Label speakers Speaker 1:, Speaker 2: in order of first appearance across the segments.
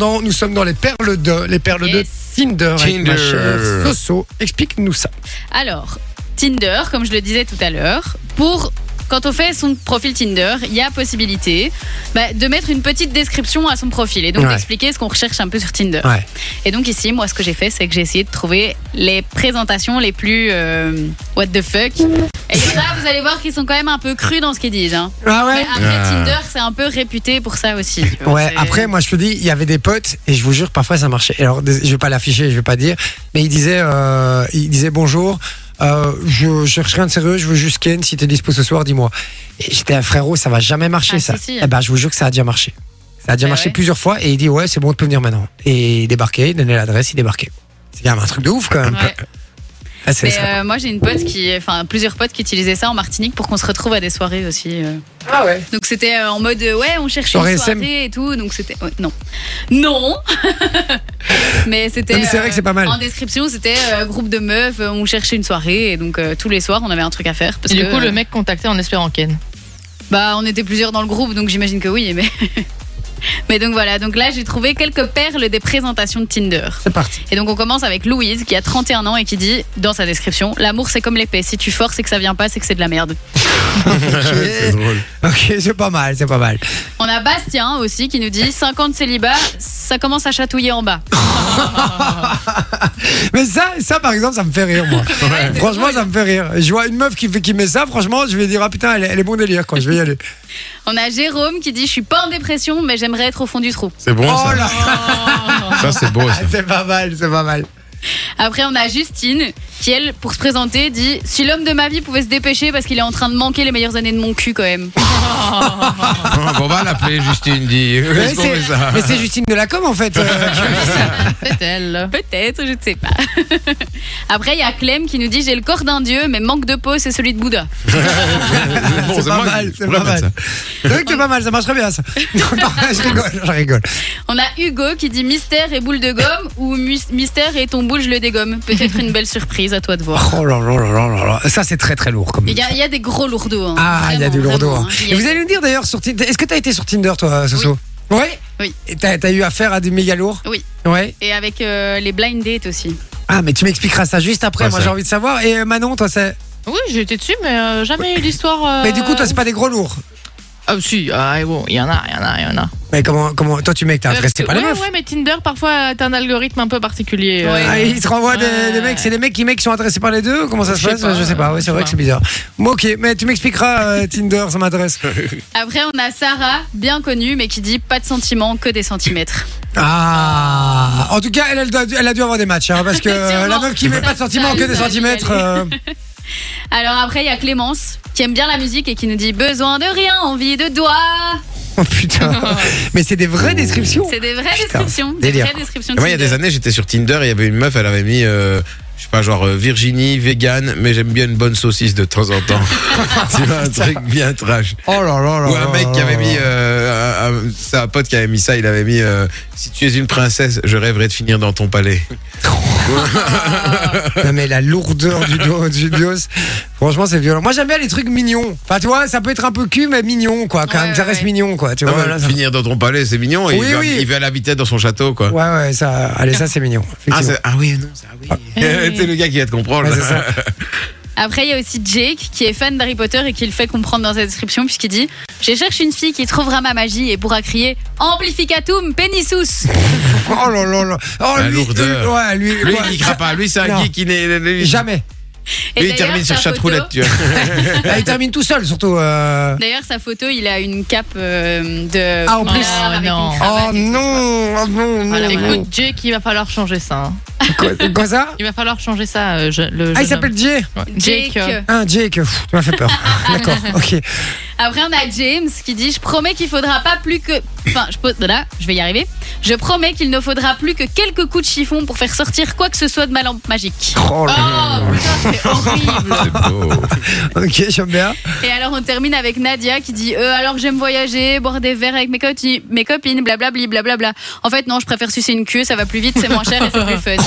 Speaker 1: Non, nous sommes dans les perles de, les perles
Speaker 2: Yes.
Speaker 1: de Tinder, avec ma
Speaker 3: Tinder.
Speaker 1: chère Soso. Explique-nous ça.
Speaker 2: Alors, Tinder, comme je le disais tout à l'heure, pour quand on fait son profil Tinder, il y a possibilité bah, de mettre une petite description à son profil et donc
Speaker 1: Ouais.
Speaker 2: d'expliquer ce qu'on recherche un peu sur Tinder.
Speaker 1: Ouais.
Speaker 2: Et donc ici, moi, ce que j'ai fait, c'est que j'ai essayé de trouver les présentations les plus euh, what the fuck. Et ça, vous allez voir qu'ils sont quand même un peu crus dans ce qu'ils disent. hein.
Speaker 1: Ah
Speaker 2: Mais
Speaker 1: ouais.
Speaker 2: après,
Speaker 3: Ah.
Speaker 2: Tinder, c'est un peu réputé pour ça aussi. tu vois,
Speaker 1: Ouais,
Speaker 2: c'est-
Speaker 1: après, moi je te dis, il y avait des potes, et je vous jure, parfois ça marchait. Et Alors, dés- je vais pas l'afficher, je vais pas dire, mais il disait, euh, il disait bonjour, euh, je cherche rien de sérieux, je veux juste Ken, si t'es dispo ce soir, dis-moi. Et j'étais un frérot, ça va jamais marcher
Speaker 2: Ah,
Speaker 1: ça.
Speaker 2: si, si.
Speaker 1: Eh ben, je vous jure que ça a déjà marché. Ça a déjà
Speaker 2: Ah
Speaker 1: marché
Speaker 2: ouais.
Speaker 1: plusieurs fois, et il dit, ouais, c'est bon, tu peux venir maintenant. Et il débarquait, il donnait l'adresse, il débarquait. C'est quand même un truc de ouf quand même.
Speaker 2: Ouais.
Speaker 1: Ah, c'est
Speaker 2: Mais,
Speaker 1: ça.
Speaker 2: euh, moi, j'ai une pote qui, enfin, plusieurs potes qui utilisaient ça en Martinique pour qu'on se retrouve à des soirées aussi. euh.
Speaker 1: Ah ouais.
Speaker 2: Donc c'était euh, en mode euh, ouais, on cherche
Speaker 1: Soirée
Speaker 2: une soirée
Speaker 1: SM.
Speaker 2: et tout. Donc c'était ouais, non, non. mais c'était. euh,
Speaker 1: Non, mais c'est vrai que c'est pas mal.
Speaker 2: En description, c'était euh, groupe de meufs, euh, on cherchait une soirée et donc euh, tous les soirs on avait un truc à faire. Parce
Speaker 4: Et du
Speaker 2: que,
Speaker 4: coup,
Speaker 2: euh,
Speaker 4: le mec contacté en espérant Ken.
Speaker 2: Bah, on était plusieurs dans le groupe, donc j'imagine que oui, mais. Mais donc voilà, donc là j'ai trouvé quelques perles des présentations de Tinder.
Speaker 1: C'est parti.
Speaker 2: Et donc on commence avec Louise qui a 31 ans et qui dit dans sa description L'amour c'est comme l'épée, si tu forces et que ça vient pas, c'est que c'est de la merde.
Speaker 3: c'est drôle.
Speaker 1: Ok, c'est pas mal, c'est pas mal.
Speaker 2: On a Bastien aussi qui nous dit 50 célibats, ça commence à chatouiller en bas.
Speaker 1: Mais ça, ça par exemple, ça me fait rire, moi. franchement, ça me fait rire. Je vois une meuf qui, fait, qui met ça, franchement, je vais dire, ah putain, elle, est- elle est bon délire, quoi, je vais y aller.
Speaker 2: On a Jérôme qui dit Je suis pas en dépression, mais j'aimerais être au fond du trou.
Speaker 3: C'est bon
Speaker 1: Oh
Speaker 3: ça.
Speaker 1: là
Speaker 3: Ça c'est beau ça.
Speaker 1: Ah, C'est pas mal, c'est pas mal.
Speaker 2: Après, on a Justine qui, elle, pour se présenter, dit Si l'homme de ma vie pouvait se dépêcher parce qu'il est en train de manquer les meilleures années de mon cul, quand même.
Speaker 3: Ah, bon, on va l'appeler Justine dit. Est-ce qu'on fait ça
Speaker 1: Mais c'est Justine de la com, en fait. euh,
Speaker 4: C'est elle.
Speaker 2: Peut-être, je ne sais pas. Après, il y a Clem qui nous dit J'ai le corps d'un dieu, mais manque de peau, c'est celui de Bouddha.
Speaker 3: C'est bon,
Speaker 1: c'est pas
Speaker 3: moi qui-
Speaker 1: mal,
Speaker 3: je
Speaker 1: c'est
Speaker 3: pourrais
Speaker 1: pas mal.
Speaker 3: mettre ça.
Speaker 1: C'est vrai que c'est pas mal, ça marcherait bien, ça. Non, non, je rigole, je rigole.
Speaker 2: On a Hugo qui dit Mystère et boule de gomme ou Mu- Mystère et ton boule, je le dégomme. Peut-être une belle surprise, à toi de voir.
Speaker 1: Oh là là là là là là. Ça, c'est très très lourd, comme
Speaker 2: Il y, a- il y a des gros lourdeaux. hein.
Speaker 1: Ah, il y a
Speaker 2: Vraiment,
Speaker 1: du lourdeau.
Speaker 2: vraiment,
Speaker 1: hein.
Speaker 2: hein. Il y
Speaker 1: Et
Speaker 2: a
Speaker 1: vous
Speaker 2: des-
Speaker 1: allez nous dire d'ailleurs sur Tinder. Est-ce que t'as été sur Tinder, toi, euh, Soso Oui.
Speaker 2: Oui.
Speaker 1: Et t'as t'as eu affaire à des méga lourds
Speaker 2: Oui.
Speaker 1: Ouais.
Speaker 2: Et avec euh, les blind dates aussi.
Speaker 1: Ah, mais tu m'expliqueras ça juste après.
Speaker 3: Ouais,
Speaker 1: Moi,
Speaker 3: ça.
Speaker 1: j'ai envie de savoir. Et euh, Manon, toi, c'est.
Speaker 4: Oui, j'ai été dessus, mais euh, jamais eu d'histoire. euh,
Speaker 1: Mais du coup, toi, c'est pas des gros lourds.
Speaker 4: Ah, si, ah, et bon, il y en a, il y en a, il y en a.
Speaker 1: Mais comment, comment, toi, tu mets que t'es intéressé
Speaker 4: Euh,
Speaker 1: par les
Speaker 4: ouais,
Speaker 1: meufs.
Speaker 4: ouais, mais Tinder, parfois, t'as un algorithme un peu particulier. euh,
Speaker 1: Ah, ils te renvoient des,
Speaker 4: Ouais.
Speaker 1: des mecs, c'est les mecs qui, mecs qui sont intéressés par les deux Comment ça se
Speaker 4: Je sais
Speaker 1: passe
Speaker 4: pas,
Speaker 1: Je sais pas, ouais,
Speaker 4: je
Speaker 1: c'est
Speaker 4: sais
Speaker 1: vrai
Speaker 4: pas.
Speaker 1: que c'est bizarre. Bon, ok, mais tu m'expliqueras euh, Tinder, ça m'intéresse.
Speaker 2: Après, on a Sarah, bien connue, mais qui dit pas de sentiments, que des centimètres.
Speaker 1: Ah En tout cas, elle, elle, doit- elle a dû avoir des matchs, hein, parce que euh,
Speaker 2: Sûrement.
Speaker 1: la meuf qui met pas de
Speaker 2: Ça,
Speaker 1: sentiments
Speaker 2: ça,
Speaker 1: que
Speaker 2: ça
Speaker 1: des
Speaker 2: va y
Speaker 1: centimètres. euh,
Speaker 2: Alors après, il y a Clémence, qui aime bien la musique et qui nous dit besoin de rien, envie de doigts.
Speaker 1: euh, Oh putain Mais c'est des vraies descriptions
Speaker 2: C'est des vraies
Speaker 1: Putain,
Speaker 2: descriptions. Des
Speaker 1: délire,
Speaker 2: vraies descriptions.
Speaker 3: Moi, il y a
Speaker 2: Tinder.
Speaker 3: des années, j'étais sur Tinder, il y avait une meuf, elle avait mis, euh, je sais pas, genre euh, Virginie, vegan, mais j'aime bien une bonne saucisse de temps en temps. tu vois, un truc bien trash.
Speaker 1: Oh là là là
Speaker 3: Ou un
Speaker 1: là
Speaker 3: mec qui
Speaker 1: là
Speaker 3: avait
Speaker 1: là
Speaker 3: mis,
Speaker 1: là.
Speaker 3: euh, un- un- c'est un pote qui avait mis ça, il avait mis, euh, si tu es une princesse, je rêverais de finir dans ton palais.
Speaker 1: Non mais la lourdeur du, do- du bios, franchement c'est violent. Moi j'aime bien les trucs mignons. Enfin tu vois, ça peut être un peu cul mais mignon quoi, quand
Speaker 2: Ouais,
Speaker 1: même, ça
Speaker 2: ouais,
Speaker 1: reste
Speaker 2: ouais.
Speaker 1: mignon quoi, tu
Speaker 3: Non,
Speaker 1: vois.
Speaker 3: mais
Speaker 1: là, ça-
Speaker 3: finir dans ton palais, c'est mignon. et
Speaker 1: Oui,
Speaker 3: il, veut,
Speaker 1: oui.
Speaker 3: il veut l'habiter dans son château, quoi.
Speaker 1: Ouais ouais, ça, allez ça c'est mignon.
Speaker 3: Ah,
Speaker 1: effectivement.
Speaker 3: c'est- ah oui, non, ça, ah oui. c'est le gars qui va te comprendre.
Speaker 1: Ouais, c'est ça.
Speaker 2: Après, il y a aussi Jake, qui est fan d'Harry Potter et qui le fait comprendre dans sa description, puisqu'il dit Je cherche une fille qui trouvera ma magie et pourra crier Amplificatum Penissus.
Speaker 1: Oh là là là. Oh,
Speaker 3: La
Speaker 1: lui,
Speaker 3: lourdeur.
Speaker 1: lui, ouais, lui,
Speaker 3: Lui,
Speaker 1: ouais.
Speaker 3: il craint pas. Lui, c'est un
Speaker 1: Non.
Speaker 3: geek qui n'est. lui-
Speaker 1: Jamais.
Speaker 2: Et
Speaker 3: Lui, il
Speaker 2: d'ailleurs,
Speaker 3: termine sur
Speaker 2: sa photo-
Speaker 3: chatroulette, tu vois.
Speaker 1: Là, il termine tout seul, surtout. euh.
Speaker 2: D'ailleurs, sa photo, il a une cape euh, de.
Speaker 1: Ah, en plus.
Speaker 2: fleurs avec une
Speaker 4: Oh,
Speaker 2: cravate et
Speaker 1: Oh
Speaker 2: tout, tu vois.
Speaker 1: non, oh non, non.
Speaker 2: Voilà, voilà.
Speaker 1: non.
Speaker 4: Écoute, Jake, il va falloir changer ça. hein.
Speaker 1: Quoi, quoi ça
Speaker 4: Il va falloir changer ça, euh, je- le
Speaker 1: Ah, il
Speaker 4: jeune homme.
Speaker 1: s'appelle Jay.
Speaker 4: Ouais.
Speaker 2: Jake.
Speaker 4: Jake. euh,
Speaker 1: Ah, Jay, que pff, tu m'as fait peur. D'accord, ok.
Speaker 2: Après, on a James qui dit Je promets qu'il faudra pas plus que. Enfin, je, pose- voilà, je vais y arriver. Je promets qu'il ne faudra plus que quelques coups de chiffon pour faire sortir quoi que ce soit de ma lampe magique.
Speaker 1: Oh là
Speaker 4: Oh, putain, c'est horrible.
Speaker 3: C'est beau.
Speaker 1: là. Ok, j'aime bien.
Speaker 2: Et alors, on termine avec Nadia qui dit Euh, Alors, j'aime voyager, boire des verres avec mes, coti- mes copines, blablabli, blablabla. En fait, non, je préfère sucer une queue, ça va plus vite, c'est moins cher et c'est plus fun.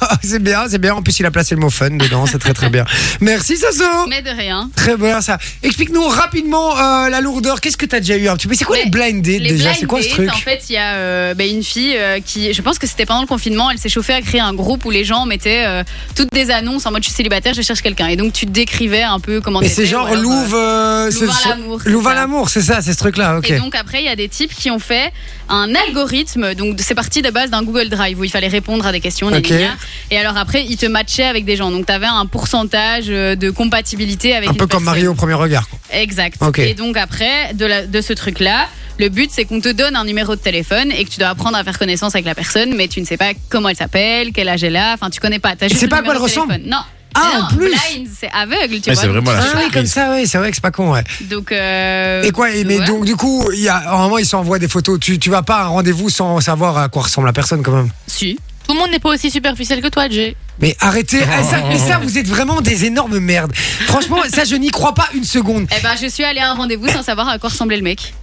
Speaker 1: Ah, C'est bien, c'est bien. En plus, il a placé le mot fun dedans, c'est très très bien. Merci, Sasso.
Speaker 2: Mais de rien.
Speaker 1: Très bien ça. Explique-nous rapidement euh, la lourdeur. Qu'est-ce que t'as déjà eu un petit peu C'est quoi
Speaker 2: Mais
Speaker 1: les blind
Speaker 2: Les
Speaker 1: dates déjà déjà
Speaker 2: blind
Speaker 1: C'est quoi ce
Speaker 2: date,
Speaker 1: truc
Speaker 2: En fait, il y a euh, bah, une fille euh, qui, je pense que c'était pendant le confinement, elle s'est chauffée à créer un groupe où les gens mettaient euh, toutes des annonces en mode je suis célibataire, je cherche quelqu'un. Et donc tu te décrivais un peu comment
Speaker 1: Et
Speaker 2: t'étais,
Speaker 1: c'est
Speaker 2: ou
Speaker 1: genre
Speaker 2: alors, euh,
Speaker 1: Louvre. euh, c'est-
Speaker 2: Louvain l'amour. c'est
Speaker 1: Louvain
Speaker 2: ça.
Speaker 1: l'amour, c'est ça, c'est ce truc-là, ok.
Speaker 2: Et donc après, il y a des types qui ont fait un algorithme. Donc c'est parti de base d'un Google Drive où il fallait répondre à des questions.
Speaker 1: Ok.
Speaker 2: gna gna. Et alors après, ils te matchaient avec des gens. Donc t'avais un pourcentage euh, de compatibilité avec
Speaker 1: un
Speaker 2: une
Speaker 1: peu comme
Speaker 2: personne.
Speaker 1: Mario au premier regard. quoi.
Speaker 2: Exact.
Speaker 1: Ok.
Speaker 2: Et donc après, de, la- de ce truc-là, le but c'est qu'on te donne un numéro de téléphone et que tu dois apprendre à faire connaissance avec la personne, mais tu ne sais pas comment elle s'appelle, quel âge elle a, enfin tu connais pas. T'as
Speaker 1: tu
Speaker 2: juste
Speaker 1: sais
Speaker 2: le
Speaker 1: pas à quoi
Speaker 2: numéro
Speaker 1: elle
Speaker 2: de
Speaker 1: ressemble
Speaker 2: téléphone. Non.
Speaker 1: Ah,
Speaker 2: Non,
Speaker 1: en plus
Speaker 2: blind, c'est aveugle, tu
Speaker 3: Ouais,
Speaker 2: vois.
Speaker 3: c'est vraiment
Speaker 2: donc
Speaker 3: la
Speaker 2: tu
Speaker 1: Ah
Speaker 2: sais
Speaker 1: oui,
Speaker 2: pas.
Speaker 1: comme ça, oui, c'est vrai que c'est pas con, ouais.
Speaker 2: Donc. euh,
Speaker 1: Et quoi, et- mais
Speaker 2: ouais.
Speaker 1: donc du coup, il y a, normalement, ils s'envoient des photos. Tu, tu vas pas à un rendez-vous sans savoir à quoi ressemble la personne quand même.
Speaker 2: Si.
Speaker 4: Tout le monde n'est pas aussi superficiel que toi, Jay.
Speaker 1: Mais arrêtez, Ah, ça, mais ça, vous êtes vraiment des énormes merdes. Franchement, ça, je n'y crois pas une seconde.
Speaker 2: Eh ben, je suis allée à un rendez-vous sans savoir à quoi ressemblait le mec.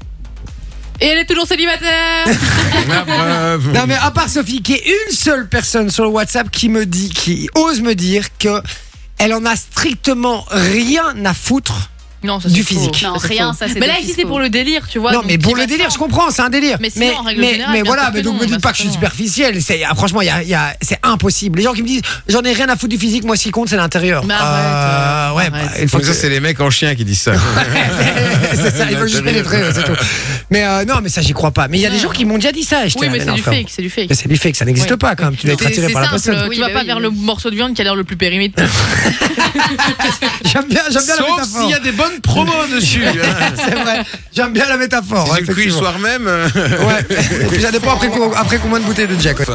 Speaker 4: Et elle est toujours célibataire
Speaker 3: La preuve.
Speaker 1: Non mais à part Sophie, qui est une seule personne sur le WhatsApp qui me dit, qui ose me dire que elle en a strictement rien à foutre.
Speaker 4: Non, ça
Speaker 1: Du
Speaker 4: c'est faux.
Speaker 1: physique.
Speaker 2: Non,
Speaker 4: c'est
Speaker 2: rien,
Speaker 4: faux.
Speaker 2: ça, c'est des
Speaker 4: Mais là, ici, c'est
Speaker 2: fiscaux.
Speaker 4: pour le délire, tu vois.
Speaker 1: non
Speaker 4: donc
Speaker 1: mais
Speaker 4: tu
Speaker 1: pour
Speaker 4: vas
Speaker 1: le délire,
Speaker 4: sans.
Speaker 1: je comprends, c'est un délire.
Speaker 4: Mais sinon, en règle
Speaker 1: mais,
Speaker 4: générale,
Speaker 1: mais
Speaker 4: bien
Speaker 1: voilà,
Speaker 4: sûr que
Speaker 1: mais donc
Speaker 4: non,
Speaker 1: me
Speaker 4: bah,
Speaker 1: dites pas que je suis
Speaker 4: forcément.
Speaker 1: superficielle. C'est ah, franchement, il y a- il y a- c'est impossible. Les gens qui me disent, j'en ai rien à foutre du physique, moi, ce qui compte, c'est l'intérieur.
Speaker 4: Mais
Speaker 1: Euh,
Speaker 4: arrête, euh,
Speaker 1: ouais,
Speaker 4: arrête.
Speaker 1: bah, il faut
Speaker 3: Donc
Speaker 1: que
Speaker 3: ça, c'est les mecs en chien qui disent ça.
Speaker 1: c'est ça, ils veulent juste pénétrer, ouais, c'est tout. Mais euh, non, mais ça, j'y crois pas. Mais il y a des
Speaker 4: Non.
Speaker 1: gens qui m'ont déjà dit ça. et j'étais
Speaker 4: Oui,
Speaker 1: là,
Speaker 4: mais
Speaker 1: mais
Speaker 4: c'est
Speaker 1: non,
Speaker 4: du
Speaker 1: frérot.
Speaker 4: fake, c'est du fake.
Speaker 1: Mais c'est du fake, ça n'existe
Speaker 4: Oui.
Speaker 1: pas quand même. Tu dois être
Speaker 4: C'est
Speaker 1: attiré
Speaker 4: c'est
Speaker 1: par la
Speaker 4: simple,
Speaker 1: personne.
Speaker 4: tu vas
Speaker 2: Oui,
Speaker 4: pas
Speaker 2: bah
Speaker 4: vers
Speaker 2: oui.
Speaker 4: le morceau de viande qui a l'air le plus périmé.
Speaker 1: J'aime bien, j'aime bien la
Speaker 3: Sauf
Speaker 1: métaphore.
Speaker 3: s'il y a des bonnes promos dessus. hein.
Speaker 1: C'est vrai. J'aime bien la métaphore.
Speaker 3: Si tu le cuis le
Speaker 1: effectivement.
Speaker 3: soir même. euh,
Speaker 1: Ouais. Et puis ça dépend après, co- après combien de bouteilles de Jack. ouais.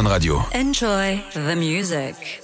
Speaker 5: Enjoy the music.